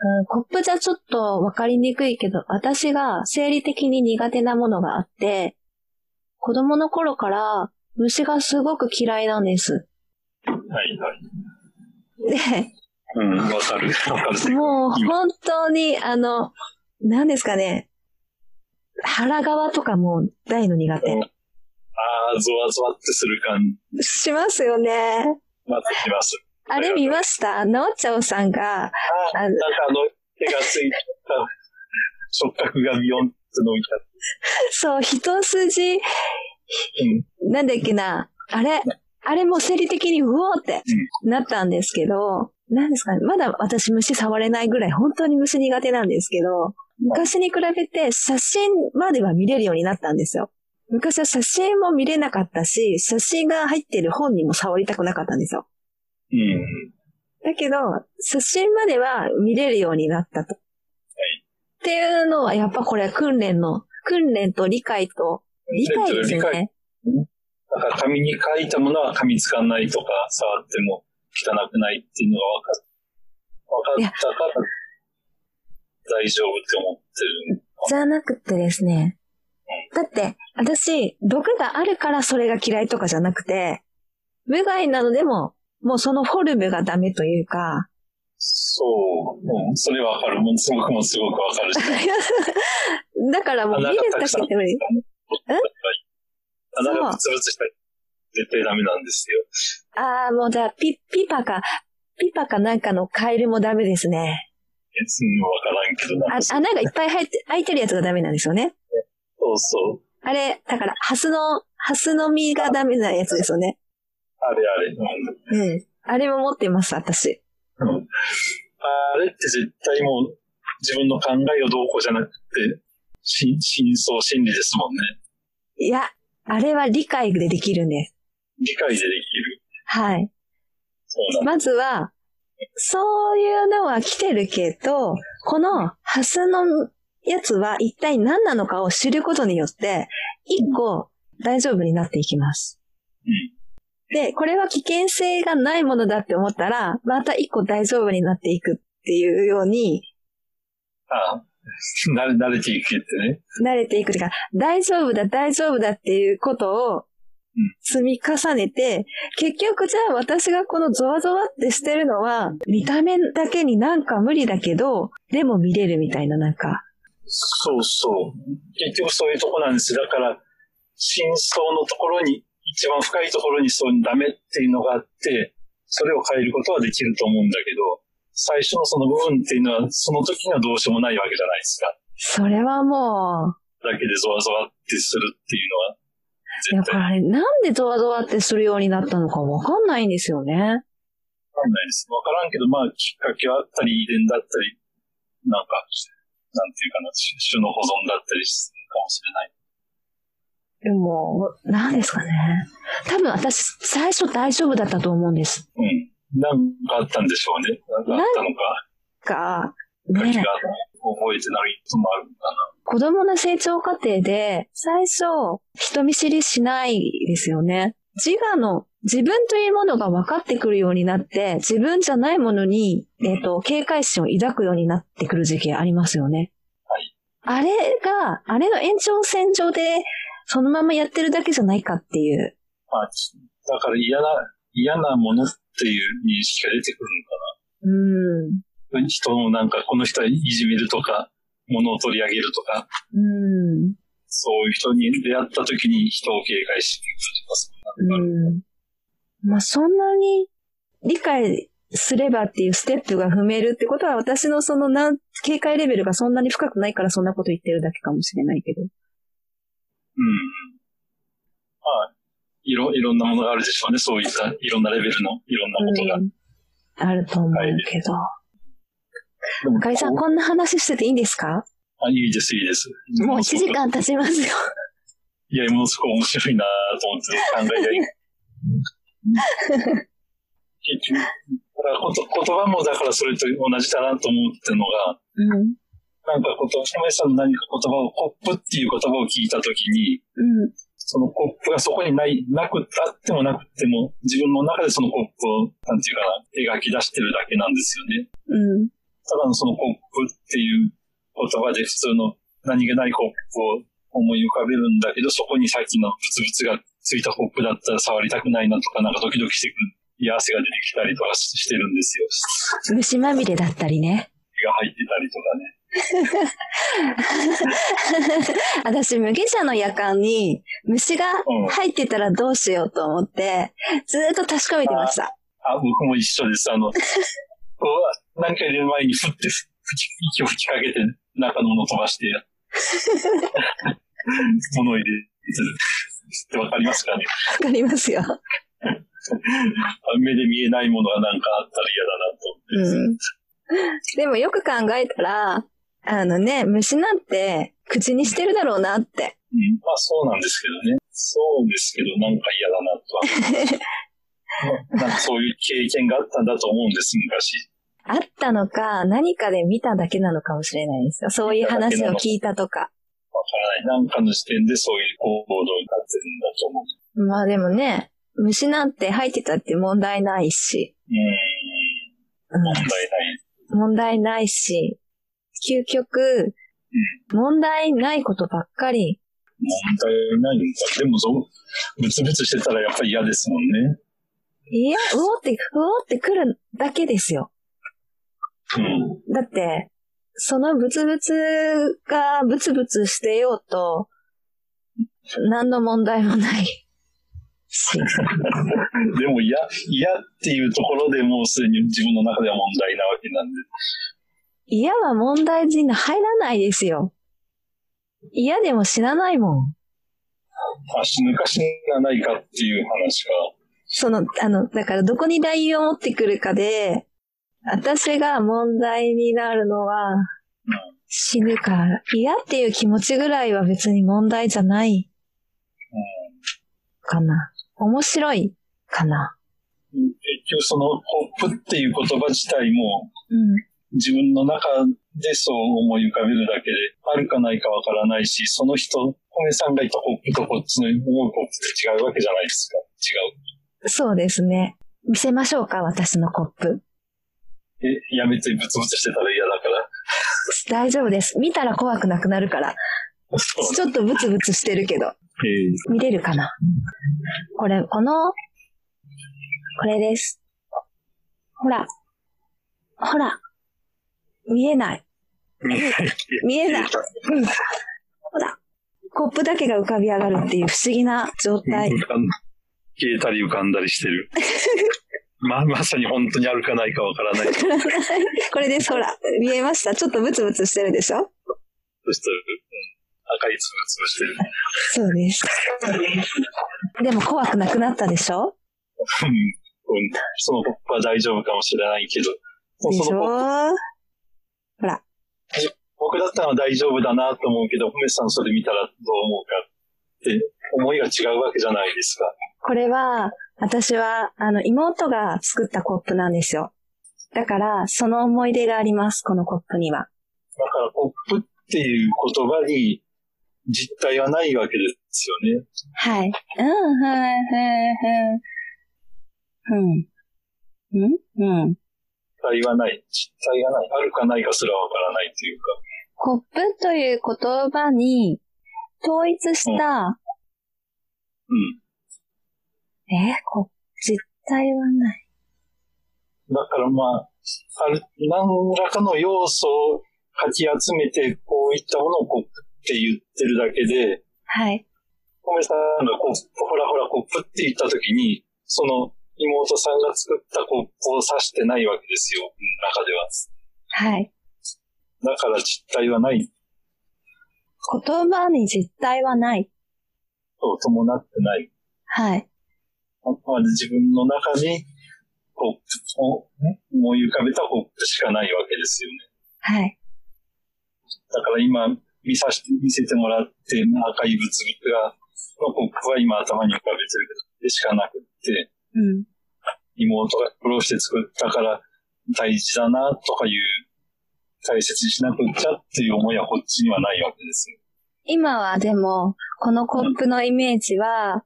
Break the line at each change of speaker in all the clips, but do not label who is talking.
うん、コップじゃちょっとわかりにくいけど、私が生理的に苦手なものがあって、子供の頃から虫がすごく嫌いなんです。
はいはい。
で、
うん、わかる。わかる。
もう本当に、あの、何ですかね、腹側とかもう大の苦手。
ああ、ゾワゾワってする感
しますよね。
じがします。
あれ見ましたなおちゃおさんが、
あ
あ
なんかあの、手がついた触覚がビヨンって伸びた。
そう、一筋、
うん。
なんだっけな、あれ、あれも生理的にうおーってなったんですけど、なんですかね、まだ私虫触れないぐらい本当に虫苦手なんですけど、昔に比べて写真までは見れるようになったんですよ。昔は写真も見れなかったし、写真が入ってる本にも触りたくなかったんですよ。
うん。
だけど、写真までは見れるようになったと。っていうのは、やっぱこれ訓練の、訓練と理解と、理解ですよね。
だから紙に書いたものは噛みつかないとか、触っても汚くないっていうのがわかる。
い
わ
や
かったから、大丈夫って思ってる。
じゃなくてですね。だって、私、毒があるからそれが嫌いとかじゃなくて、無害なのでも、もうそのフォルムがダメというか、
そう。うん。それわかる。もうすごくもすごくわかるし。
だからもう見るだけでもいい。
穴がブツブツしたり、絶対ダメなんですよ。
ああ、もうじゃあ、ピ、ピパか、ピパかなんかのカエルもダメですね。
別にわからんけどな
あ
んか。
穴がいっぱい入って、開いてるやつがダメなんですよね。
そうそう。
あれ、だから、ハスの、ハスの実がダメなやつですよね。
あれあれ。うん
うん。あれも持ってます、私。
うんあれって絶対もう自分の考えをどうこうじゃなくて、し真相、心理ですもんね。
いや、あれは理解でできるんです。
理解でできる。
はい。
そうなん
まずは、そういうのは来てるけど、このハスのやつは一体何なのかを知ることによって、一個大丈夫になっていきます。
うん
で、これは危険性がないものだって思ったら、また一個大丈夫になっていくっていうように、
ああ慣れ慣れていけってね。
慣れていくというか、大丈夫だ、大丈夫だっていうことを
うん
積み重ねて、結局じゃあ私がこのゾワゾワってしてるのは、見た目だけになんか無理だけど、でも見れるみたいななんか。
そうそう。結局そういうとこなんです。だから、真相のところに、一番深いところにそういうダメっていうのがあって、それを変えることはできると思うんだけど、最初のその部分っていうのは、その時にはどうしようもないわけじゃないですか。
それはも
だけでゾワゾワってするってい
う、い
うのは、
や
絶
こ
対わ
れなんでゾワゾワってするようになったのかわかんないんですよね。
かんないです。わからんけど、まあ、きっかけはあったり、遺伝だったり、なんか、なんていうかな、種の保存だったりするかもしれない。
でも、なんですかね。多分私、最初大丈夫だったと思うんです。
うん。なんかあったんでしょうね。なんかあったのか、
が、
きっか
ね
けが覚えてないこともあるのか
子供の成長過程で、最初、人見知りしないですよね。自我の、自分というものが分かってくるようになって、自分じゃないものに、えっ、と、警戒心を抱くようになってくる時期ありますよね。
はい
あれが、あれの延長線上で、そのままやってるだけじゃないかっていう。
な。まあ、だから嫌な、嫌なものっていう認識が出てくる
うん。
のかな。人をなんか、この人はいじめるとか、物を取り上げるとか、
うん。
そういう人に出会った時に人を警戒していくとか、そんなのがある
うんまあ、そんなに理解すればっていうステップが踏めるってことは、私のそのなん、警戒レベルがそんなに深くないからそんなこと言ってるだけかもしれないけど。
うん。まあ、いろ、いろんなものがあるでしょうね。そういった、いろんなレベルのいろんなことが。
うんあると思うけど。
でも
かりさん、
こ
こんな話してていいんですか
うあ、いいです、いいです。
もう1
すごく
時。間経ちますよ。
いや、ものすごく面白いなと思って、考えがいい。結局、だからこと言葉もだからそれと同じだなと思ってるのが、
うん。
なんかこと、亀井さんの何か言葉を、コップっていう言葉を聞いたときに、
うん。
そのコップがそこにない、なく、あってもなくても、自分の中でそのコップを、なんていうかな、描き出してるだけなんですよね。
うん。
ただのそのコップっていう言葉で普通の何気ないコップを思い浮かべるんだけど、そこにさっきのブツブツがついたコップだったら触りたくないなとか、なんかドキドキしてくる。いや、汗が出てきたりとかしてるんですよ。
虫まみれだったりね。
手が入ってたりとかね。
私、麦茶の夜間に虫が
うん
入ってたらどうしようと思って、ずーっと確かめてました。
あ、僕も一緒です。あの、こう何回出る前にふって、ふき息を吹きかけて、中のもの飛ばして、物入れて、ってわかりますかね
わかりますよ。
あ目で見えないものがなんかあったら嫌だなと思って。
うん。でもよく考えたら、あのね、虫なんて口にしてるだろうなって。
うんまあそうなんですけどね。そうですけど、なんか嫌だなとは。 まあなんかそういう経験があったんだと思うんです、昔。
あったのか、何かで見ただけなのかもしれないですよ。そういう話を聞いたとか。
わからない。なんかの時点でそういう行動になってるんだと思う。
まあでもね、虫なんて入ってたって問題ないし、
うん。
うん
問題ない。
問題ないし、究極、問題ないことばっかり。
問題ないんだ。でもそう、ブツブツしてたらやっぱり嫌ですもんね。
いや、うおって、うおってくるだけですよ。
うん。
だって、そのブツブツがブツブツしてようと、何の問題もないし。
でも嫌、嫌っていうところでもうすでに自分の中では問題なわけなんで。
嫌は問題に入らないですよ。嫌でも死なないもん。
あ、死ぬか死なないかっていう話が。
その、あの、だからどこに代用を持ってくるかで、私が問題になるのは、死ぬか。嫌っていう気持ちぐらいは別に問題じゃない。かな。面白いかな。
結局そのコップっていう言葉自体も
うん。
自分の中でそう思い浮かべるだけであるかないかわからないし、その人、小梅さんが言ったコップとこっちの思うコップって違うわけじゃないですか。
そうですね。見せましょうか、私のコップ。
違う。え、やめてブツブツしてたら嫌だから。
大丈夫です。見たら怖くなくなるから。
そう
ちょっとブツブツしてるけど。
えー
見れるかなこれ、この、これです。ほら。ほら。見えない。
見えない。
見えないうん。ほら。コップだけが浮かび上がるっていう不思議な状態。
浮かん消えたり浮かんだりしてる。ま、まさに本当にあるかないかわからない。ちょっと、
これです、ほら。見えました。ちょっとブツブツしてるでしょ
うん赤いつぶつぶしてる。
そうです。でも怖くなくなったでしょ
うんうんそのコップは大丈夫かもしれないけど、もう
で
そ
し
のコッ
ょ
プ僕だったら大丈夫だなと思うけど、梅さんそれ見たらどう思うかって、思いが違うわけじゃないですか。
これは、私は、あの、妹が作ったコップなんですよ。だから、その思い出があります、このコップには。
だからコップっていう言葉に実体はないわけですよね。
はい。うん、はい、はい、うん。うん、うん。
実体はない。実体がない。あるかないかすらわからないというか。
コップという言葉に、統一した、
うん。
え、こ、実体はない。
だからまあ、ある、何らかの要素をかき集めて、こういったものをコップって言ってるだけで、
はい。
コメさんがコップ、ほらほらコップって言った時に、その妹さんが作ったコップを指してないわけですよ、中では。
はい。
だから実体はない
言葉に実体はない。
と伴ってない。
はい。
あくまで自分の中に、コップを思い浮かべたコップしかないわけですよね。
はい。
だから今、見させて、見せてもらって、赤い物々が、のコップは今頭に浮かべてるけど、でしかなくって、
うん。
妹が苦労して作ったから大事だな、とかいう、大切にしなくっちゃっていう思いはこっちにはないわけですよ。
今はでも、このコップのイメージは、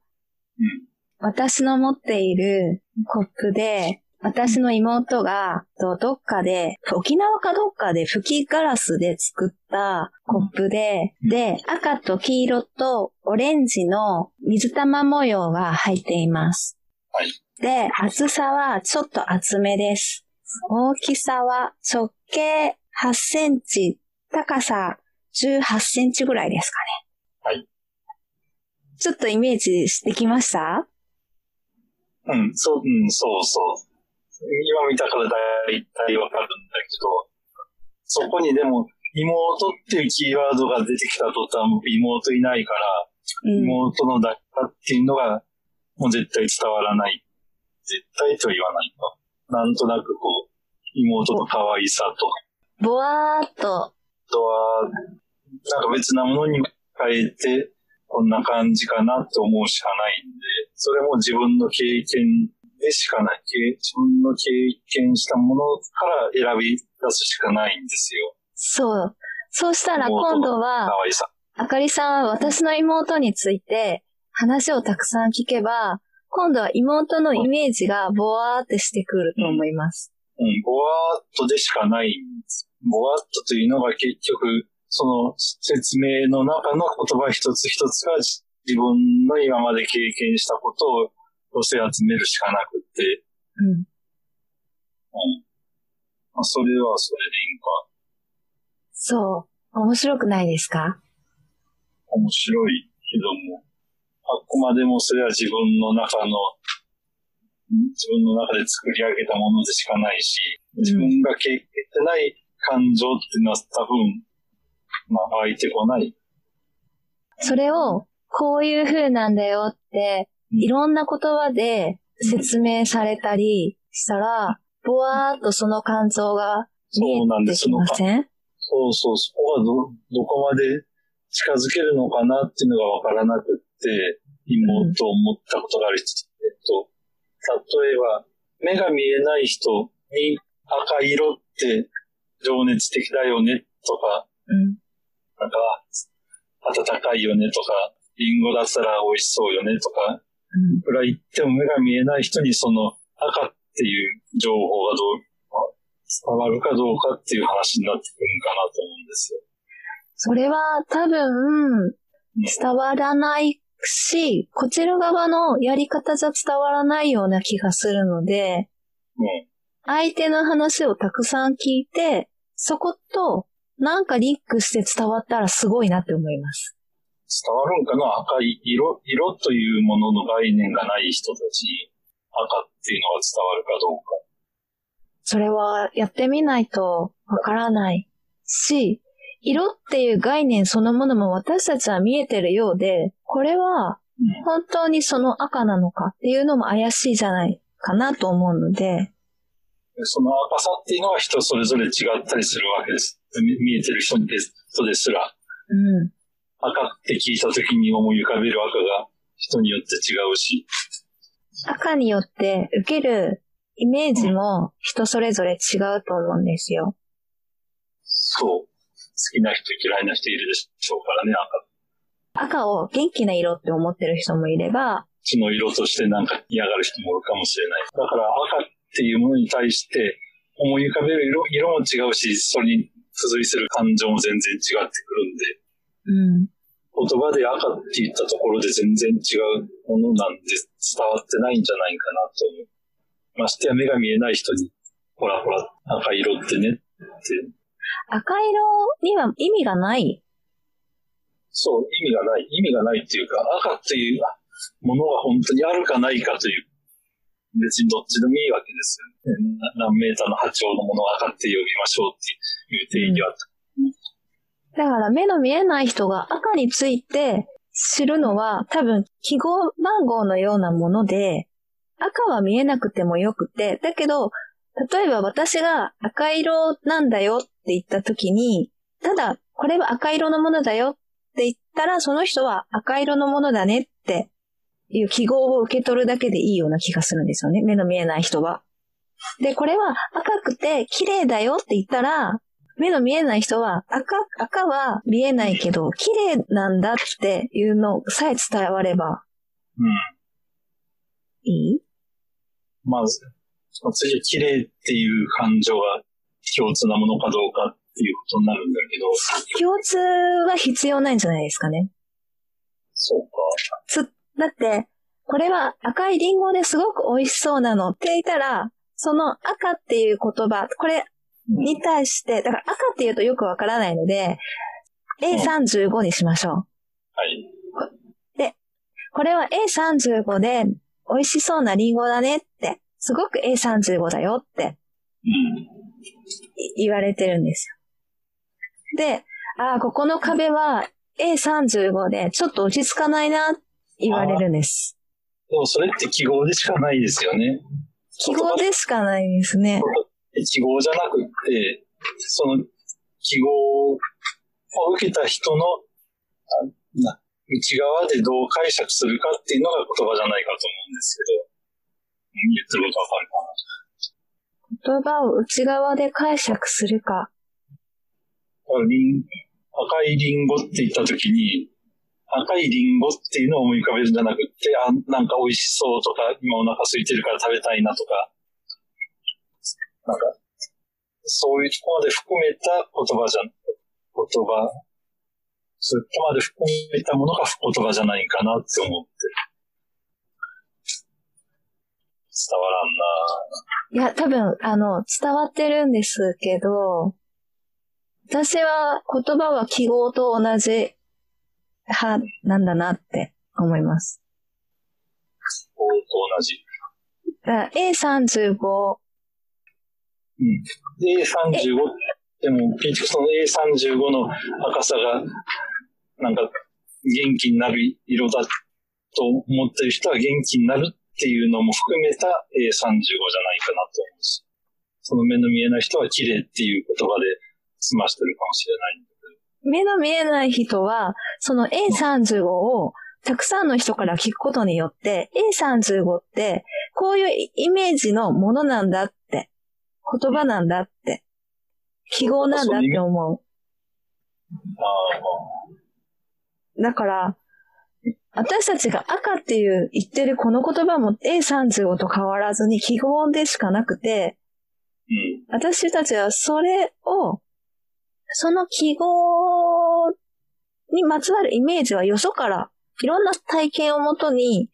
うん。
私の持っているコップで、私の妹が、とどっかで、沖縄かどっかで吹きガラスで作ったコップで、
うん
で、赤と黄色とオレンジの水玉模様が入っています。
はい
で、厚さはちょっと厚めです。大きさは直径8センチ、高さ18センチぐらいですかね。
はい。
ちょっとイメージできました
うん、そう、うん、そうそう。今見たからだいたいわかるんだけど、そこにでも、妹っていうキーワードが出てきた途端、僕妹いないから、
うん。
妹のだったっていうのが、もう絶対伝わらない。絶対とは言わないの。なんとなくこう、妹の可愛さと、
ぼわーっと。
あとは、なんか別なものに変えて、こんな感じかなって思うしかないんで、それも自分の経験でしかない。け自分の経験したものから選び出すしかないんですよ。
そう。そうしたら今度
可
は、
愛さ。
あかりさんは私の妹について話をたくさん聞けば、今度は妹のイメージがぼわーってしてくると思います。
うん、ぼわーっとでしかないんです。ぼわーっとというのが結局、その説明の中の言葉一つ一つが自自分の今まで経験したことを寄せ集めるしかなくって、
うん。
うん。まあ、それはそれでいいんか。
そう。面白くないですか
面白いけども、あくまでもそれは自分の中の、自分の中で作り上げたものでしかないし、自分が経験してない感情っていうのは多分、まあ湧いてこない。
それを、こういう風なんだよって、いろんな言葉で説明されたりしたら、ぼわーっとその感情が見
そうなん
え
で
て
す。そ
き
の
ま
か
せん
そうそう、そこがど、どこまで近づけるのかなっていうのがわからなくって、妹を持ったことがある人、えっと、例えば、目が見えない人に赤色って情熱的だよねとか、
うん。
なんか、暖かいよねとか、リンゴだったら美味しそうよねとか、
うん。
くらい言っても目が見えない人にその赤っていう情報がどう、伝わるかどうかっていう話になってくるんかなと思うんですよ。
それは多分、
うん
伝わらないし、こちら側のやり方じゃ伝わらないような気がするので、
うん。
相手の話をたくさん聞いて、そことなんかリンクして伝わったらすごいなって思います。
伝わるんかな赤い色、色というものの概念がない人たちに赤っていうのが伝わるかどうか。
それはやってみないとわからないし、色っていう概念そのものも私たちは見えてるようで、これは
うん。
本当にその赤なのかっていうのも怪しいじゃないかなと思うので、
その赤さっていうのは人それぞれ違ったりするわけです。み見えてる人です人ですら、
うん。
赤って聞いた時に思い浮かべる赤が人によって違うし。
赤によって受けるイメージも人それぞれ違うと思うんですよ。
そう。好きな人嫌いな人いるでしょうからね、赤
赤を元気な色って思ってる人もいれば、
血の色としてなんか嫌がる人もおるかもしれない。だから赤っていうものに対して思い浮かべる色色も違うし、それに付随する感情も全然違ってくる
う
んで、
ん。
言葉で赤って言ったところで全然違うものなんで伝わってないんじゃないかなと思う。ましてや目が見えない人に、ほらほら赤色ってねって、
赤色には意味がない。
そう、意味がない。意味がないっていうか、赤っていうものが本当にあるかないかという、別にどっちでもいいわけですよね。な何メーターの波長のものを赤って呼びましょうっていう定義は、
だから目の見えない人が赤について知るのは多分記号番号のようなもので、赤は見えなくてもよくて、だけど、例えば私が赤色なんだよって言った時に、ただ、これは赤色のものだよって言ったら、その人は赤色のものだねっていう記号を受け取るだけでいいような気がするんですよね。目の見えない人は。で、これは赤くて綺麗だよって言ったら、目の見えない人は赤、赤は見えないけど、綺麗なんだっていうのさえ伝われば
うん。
いい
まあ、その次は綺麗っていう感情が共通なものかどうかっていうことになるんだけど、
共通は必要ないんじゃないですかね。
そうか。
つ、だって、これは赤いリンゴですごく美味しそうなのって言ったら、その赤っていう言葉、これ
うん
に対して、だから赤って言うとよくわからないので、A35 にしましょう。
はい。
これは A35 で美味しそうなリンゴだねって、すごく A35 だよって
うん。
い言われてるんですよ。で、ああ、ここの壁は A35 でちょっと落ち着かないな言われるんです。
でもそれって記号でしかないですよね。
記号でしかないですね。
記号じゃなくって、その記号を受けた人のあな内側でどう解釈するかっていうのが言葉じゃないかと思うんですけど、うん言ってることわかるか
言葉を
な。
内側で解釈するか。
だからリン赤いリンゴって言った時に、赤いリンゴっていうのを思い浮かべるんじゃなくって、あ、なんか美味しそうとか、今お腹空いてるから食べたいなとか、なんか、そういうとこまで含めた言葉じゃん、言葉、そういうとこまで含めたものが言葉じゃないかなって思って。伝わらんない
や、多分、あの、伝わってるんですけど、私は言葉は記号と同じ派なんだなって思います。
こうと同じ。
だから A35、
A35 でも、結局その A35 の赤さが、なんか、元気になる色だと思ってる人は元気になるっていうのも含めた A35 じゃないかなと思うし、その目の見えない人は綺麗っていう言葉で済ましてるかもしれない。
目の見えない人は、その A35 をたくさんの人から聞くことによって、A35 ってこういうイメージのものなんだって、言葉なんだって、記号なんだって思う。
ああ、
だから、私たちが赤っていう言ってるこの言葉も A35 と変わらずに記号でしかなくて、
うん。
私たちはそれを、その記号にまつわるイメージはよそからいろんな体験をもとに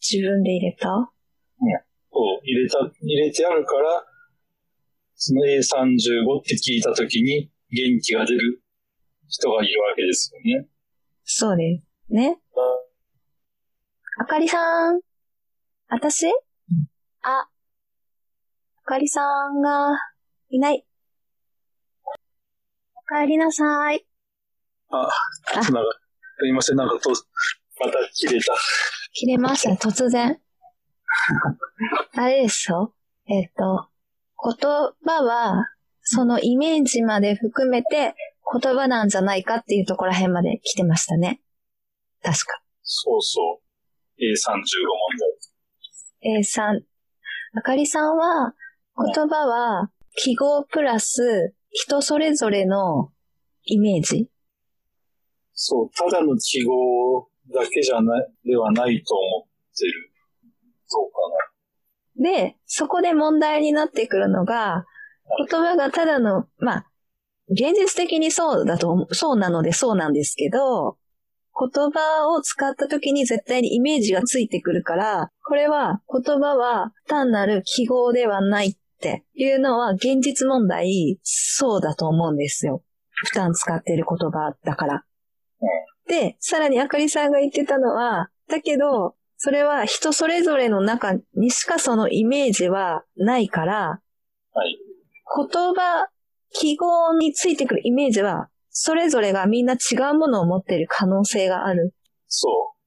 自分で入れた
こう、入れた、入れてあるから、その A35 って聞いたときに元気が出る人がいるわけですよね。
そうです。ね。あかりさん。あたしあ。あかりさんが、いない。おかえりなさい。
つながすいません、なんかと、また切れた。
切れました、突然。あれですよ。えっ、と、言葉は、そのイメージまで含めて言葉なんじゃないかっていうところら辺まで来てましたね。確か。
そうそう。A35 問題。
A さん。あかりさんは、言葉は記号プラス人それぞれのイメージ。
そう、ただの記号だけじゃない、ではないと思ってる。そうか
で、そこで問題になってくるのが、言葉がただの、まあ、現実的にそうだと思う、そうなのでそうなんですけど、言葉を使った時に絶対にイメージがついてくるから、これは言葉は単なる記号ではないっていうのは現実問題そうだと思うんですよ。普段使っている言葉だから。で、さらにあかりさんが言ってたのは、だけど、それは人それぞれの中にしかそのイメージはないから、
はい
言葉、記号についてくるイメージは、それぞれがみんな違うものを持っている可能性がある。
な。そう。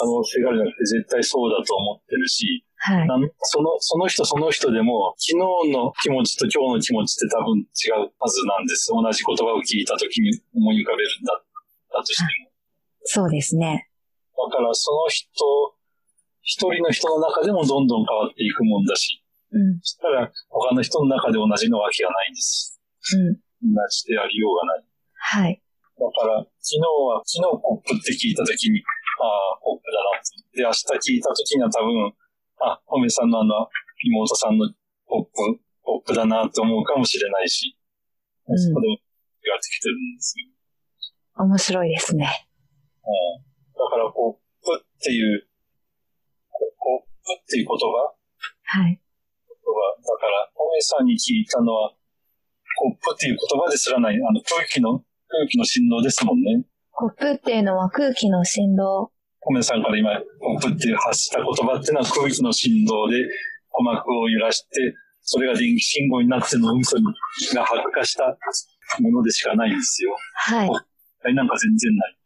可能性があるじゃなくて絶対そうだと思ってるし、
はい。
なんその、その人その人でも、昨日の気持ちと今日の気持ちって多分違うはずなんです。同じ言葉を聞いた時に思い浮かべるんだ、だとしても。
そうですね。
だからその人、一人の人の中でもどんどん変わっていくもんだし、
うん。
そしたら他の人の中で同じのわけがないんです。
うん。
同じでありようがない。
はい。
だから、昨日は、昨日コップって聞いたときに、ああ、コップだなって。で、明日聞いたときには多分、あ、ホメさんのあの、妹さんのポップ、ポップだなって思うかもしれないし、
うん
そこでも違ってきてるんですよ。
面白いですね。
うん、だから、ポップっていう、ポップっていう言葉
はい。
だから、大江さんに聞いたのは、コップっていう言葉ですらない、あの、空気の、空気の振動ですもんね。
コップっていうのは空気の振動。
小江さんから今、コップっていう発した言葉っていうのは空気の振動で鼓膜を揺らして、それが電気信号になって脳みそにが発火したものでしかないんですよ。
はい。
あれなんか全然ない。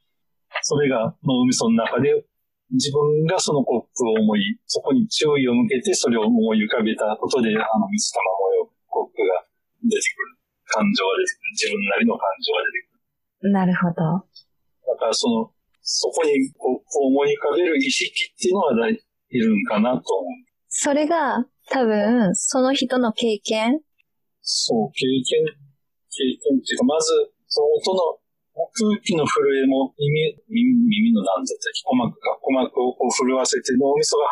それが脳みその中で、自分がそのコップを思い、そこに注意を向けてそれを思い浮かべたことで、あの水玉模様、コップが出てくる。感情が出てくる。自分なりの感情が出てく
なるほど。
る。だからその、そこにコップを思い浮かべる意識っていうのがいるんかなと思う。
それが多分、その人の経験
そう、経験、経験っていうか、まず、その音の、空気の震えも耳、耳耳の何だったっけ鼓膜か、鼓膜をこう震わせて脳みそが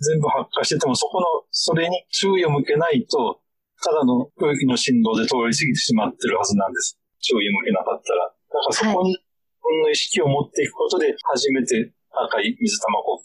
全部発火してても、そこの、それに注意を向けないと、ただの空気の振動で通り過ぎてしまってるはずなんです。注意を向けなかったら。だからそこに、自分の意識を持っていくことで、初めて赤い水玉コップ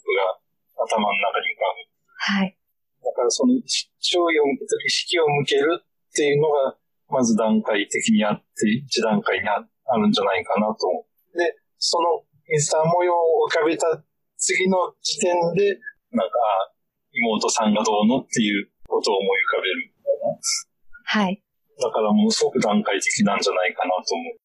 が頭の中に浮かぶ。
はい。
だからその注意を向けて、意識を向けるっていうのが、まず段階的にあって、一段階にああるんじゃないかなと思う。で、その水玉模様を浮かべた次の時点で、なんか、あ妹さんがどうのっていうことを思い浮かべる。
はい。
だからものすごく段階的なんじゃないかなと思う。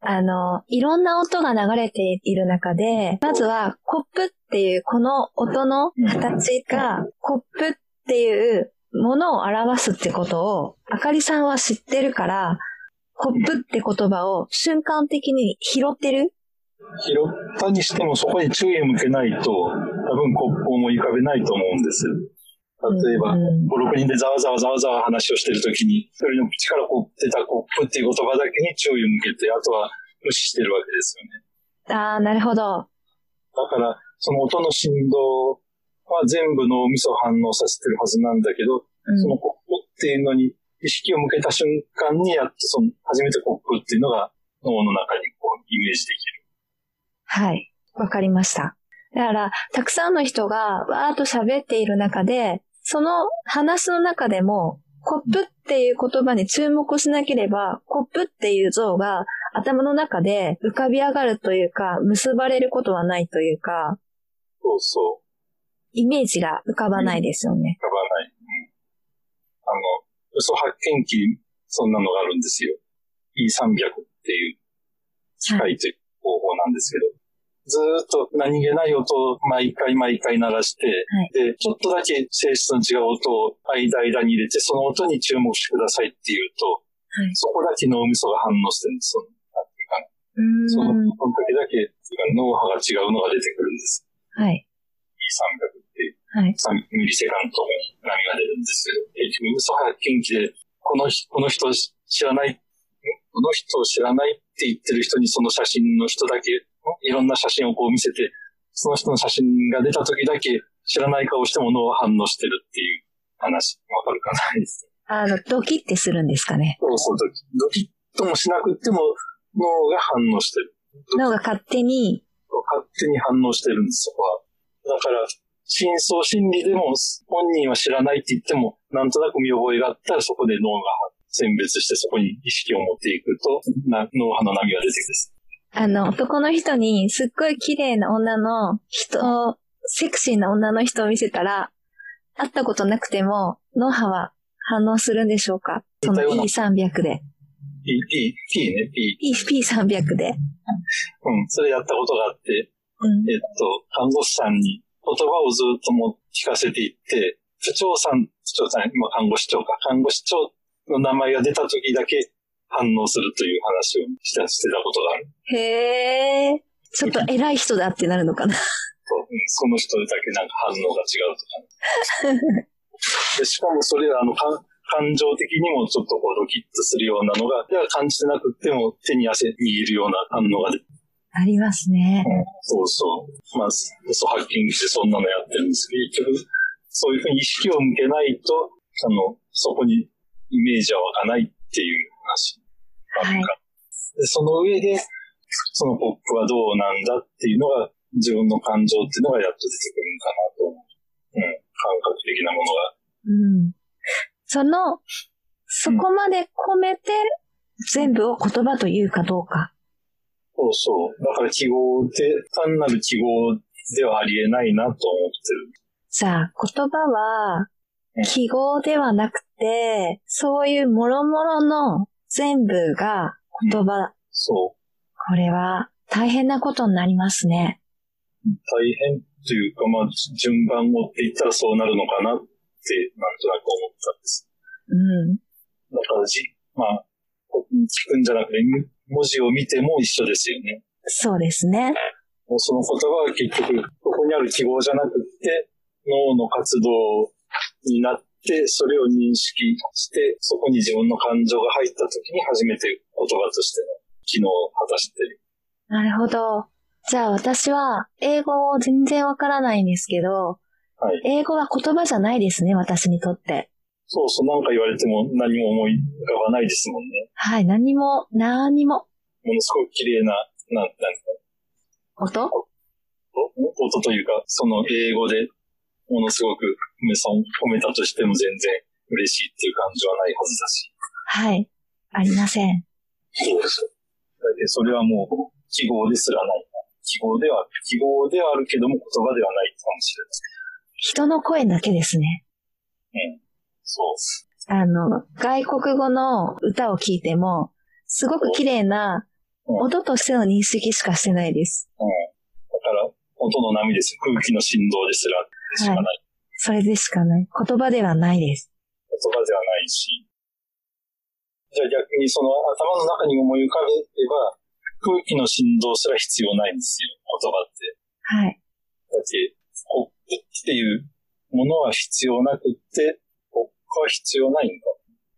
あの、いろんな音が流れている中で、まずはコップっていうこの音の形が、コップっていうものを表すってことを、あかりさんは知ってるから、コップって言葉を瞬間的に拾ってる
拾ったにしてもそこに注意を向けないと、多分コップを思い浮かべないと思うんです。例え
う
ば、
ん
5、6人でざわざわざわざわ話をしてるときに、一人の口からこう出たコップっていう言葉だけに注意を向けて、あとは無視してるわけですよね。
ああ、なるほど。
だから、その音の振動は全部脳みそを反応させてるはずなんだけど、
うん
そのコップっていうのに意識を向けた瞬間にやっとその、初めてコップっていうのが脳の中にこうイメージできる。
はい。わかりました。だから、たくさんの人がわーっと喋っている中で、その話の中でも、コップっていう言葉に注目しなければ、コップっていう像が頭の中で浮かび上がるというか、結ばれることはないというか、
そうそう。
イメージが浮かばないですよね。
浮かばない。うんあの、嘘発見器、そんなのがあるんですよ。E300 っていう機械という方法なんですけど、ずーっと何気ない音を毎回毎回鳴らして、
はい
で、ちょっとだけ性質の違う音を間間に入れて、その音に注目してくださいっていうと、
はい
そこだけ脳みそが反応してるんです。その
うー
その
ん。
その時だけ脳波が違うのが出てくるんです。
はい。
E300 っていう。
はい。
3ミリセカンドに波が出るんですよ。え自分嘘発見器で、この人、この人知らない、んこの人を知らないって言ってる人にその写真の人だけ、んいろんな写真をこう見せて、その人の写真が出た時だけ知らない顔しても脳は反応してるっていう話。わかるかな
あの、ドキってするんですかね。
そうそう、ドキドキッともしなくっても脳が反応してる。
脳が勝手に、
勝手に反応してるんです、そこは。だから、真相心理でも、本人は知らないって言っても、なんとなく見覚えがあったら、そこで脳が選別して、そこに意識を持っていくと、な脳波の波が出てくるんです。
あの、男の人にすっごい綺麗な女の人を、セクシーな女の人を見せたら、会ったことなくても、脳波は反応するんでしょうかその
似たような
P300 で。
いい、いい、いいね、いい。
P- P300 で。
うん、それやったことがあって、
うん。
えっと、看護師さんに言葉をずっともう聞かせていって、部長さん、部長さん、今看護師長か、看護師長の名前が出た時だけ反応するという話をしてしてたことがある。
へえ。ちょっと偉い人だってなるのかな
そううんその人だけなんか反応が違うとか、 でしかもそれはあのか感情的にもちょっとこうドキッとするようなのが、いや感じてなくっても手に汗握るような反応が出て、
ありますね。
そうそう。まあ、嘘発見してそんなのやってるんですけど、結局、そういうふうに意識を向けないと、あの、そこにイメージは湧かないっていう話があるか、でその上で、そのポップはどうなんだっていうのが、自分の感情っていうのがやっと出てくるのかなと思う。うん。感覚的なものが。
うん。その、そこまで込めて、全部を言葉というかどうか。
そうそう。だから記号って、単なる記号ではありえないなと思ってる。
じゃあ、言葉は
うん、
記号ではなくて、そういう諸々の全部が言葉。
そう。
これは大変なことになりますね。
大変というか、まあ、順番を追っていったらそうなるのかなって、なんとなく思ったんです。
うん。
だからじ、まあ、こう聞くんじゃなくて、む文字を見ても一緒ですよね。
そうですね。
もうその言葉は結局、ここにある記号じゃなくって、脳の活動になって、それを認識して、そこに自分の感情が入った時に初めて言葉としての機能を果たしてる。
なるほど。じゃあ私は、英語を全然わからないんですけど、
はい。
英語は言葉じゃないですね、私にとって。
そうそう、なんか言われても何も思い浮かばないですもんね。
はい、何も、何も、
ものすごく綺麗な、な、なん
音
お音というか、その英語でものすごく褒めさん褒めたとしても全然嬉しいっていう感じはないはずだし。
はい、ありません。
そうそう。だけどそれはもう記号ですらない。記号では、記号ではあるけども言葉ではないかもし
人の声だけですね。
れない。うん。そうです。
あの、外国語の歌を聴いても、すごく綺麗な
うん
音としての認識しかしてないです。
うん。だから、音の波ですよ。空気の振動ですら、しかない。
それでしかない。言葉ではないです。
言葉ではないし。じゃあ逆にその頭の中に思い浮かべれば、空気の振動すら必要ないんですよ。言葉
は
って。
い。
だって、コップっていうものは必要なくって、コップは必要ないんだ。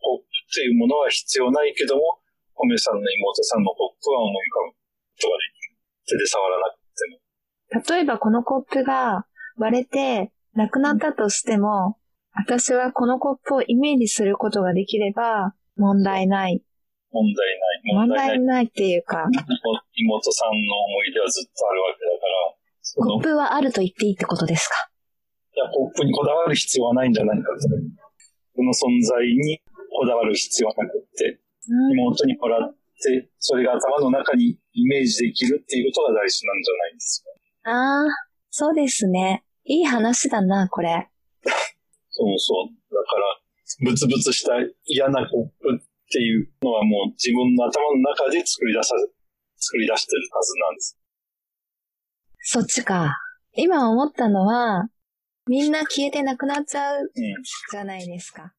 コップっていうものは必要ないけども、おめさんの妹さんのコップは思い浮かぶことができる。手で触らなくても。
例えばこのコップが割れてなくなったとしても、私はこのコップをイメージすることができれば問題ない。
問題ない。
問
問題ない。
題ないっていうか、
妹さんの思い出はずっとあるわけだから、そ
コ
の
ッ、プはあると言っていいってことですか
いや、コップにこだわる必要はないんじゃないかと。この存在にこだわる必要はなくって、
うん
妹にもらって、それが頭の中にイメージできるっていうことが大事なんじゃないんですか。
ああ、そうですね。いい話だな、これ。
そうそう。だから、ブツブツした嫌なコップっていうのはもう自分の頭の中で作り出さ、作り出してるはずなんです。
そっちか。今思ったのは、みんな消えてなくなっちゃう
うん。
じゃないですか。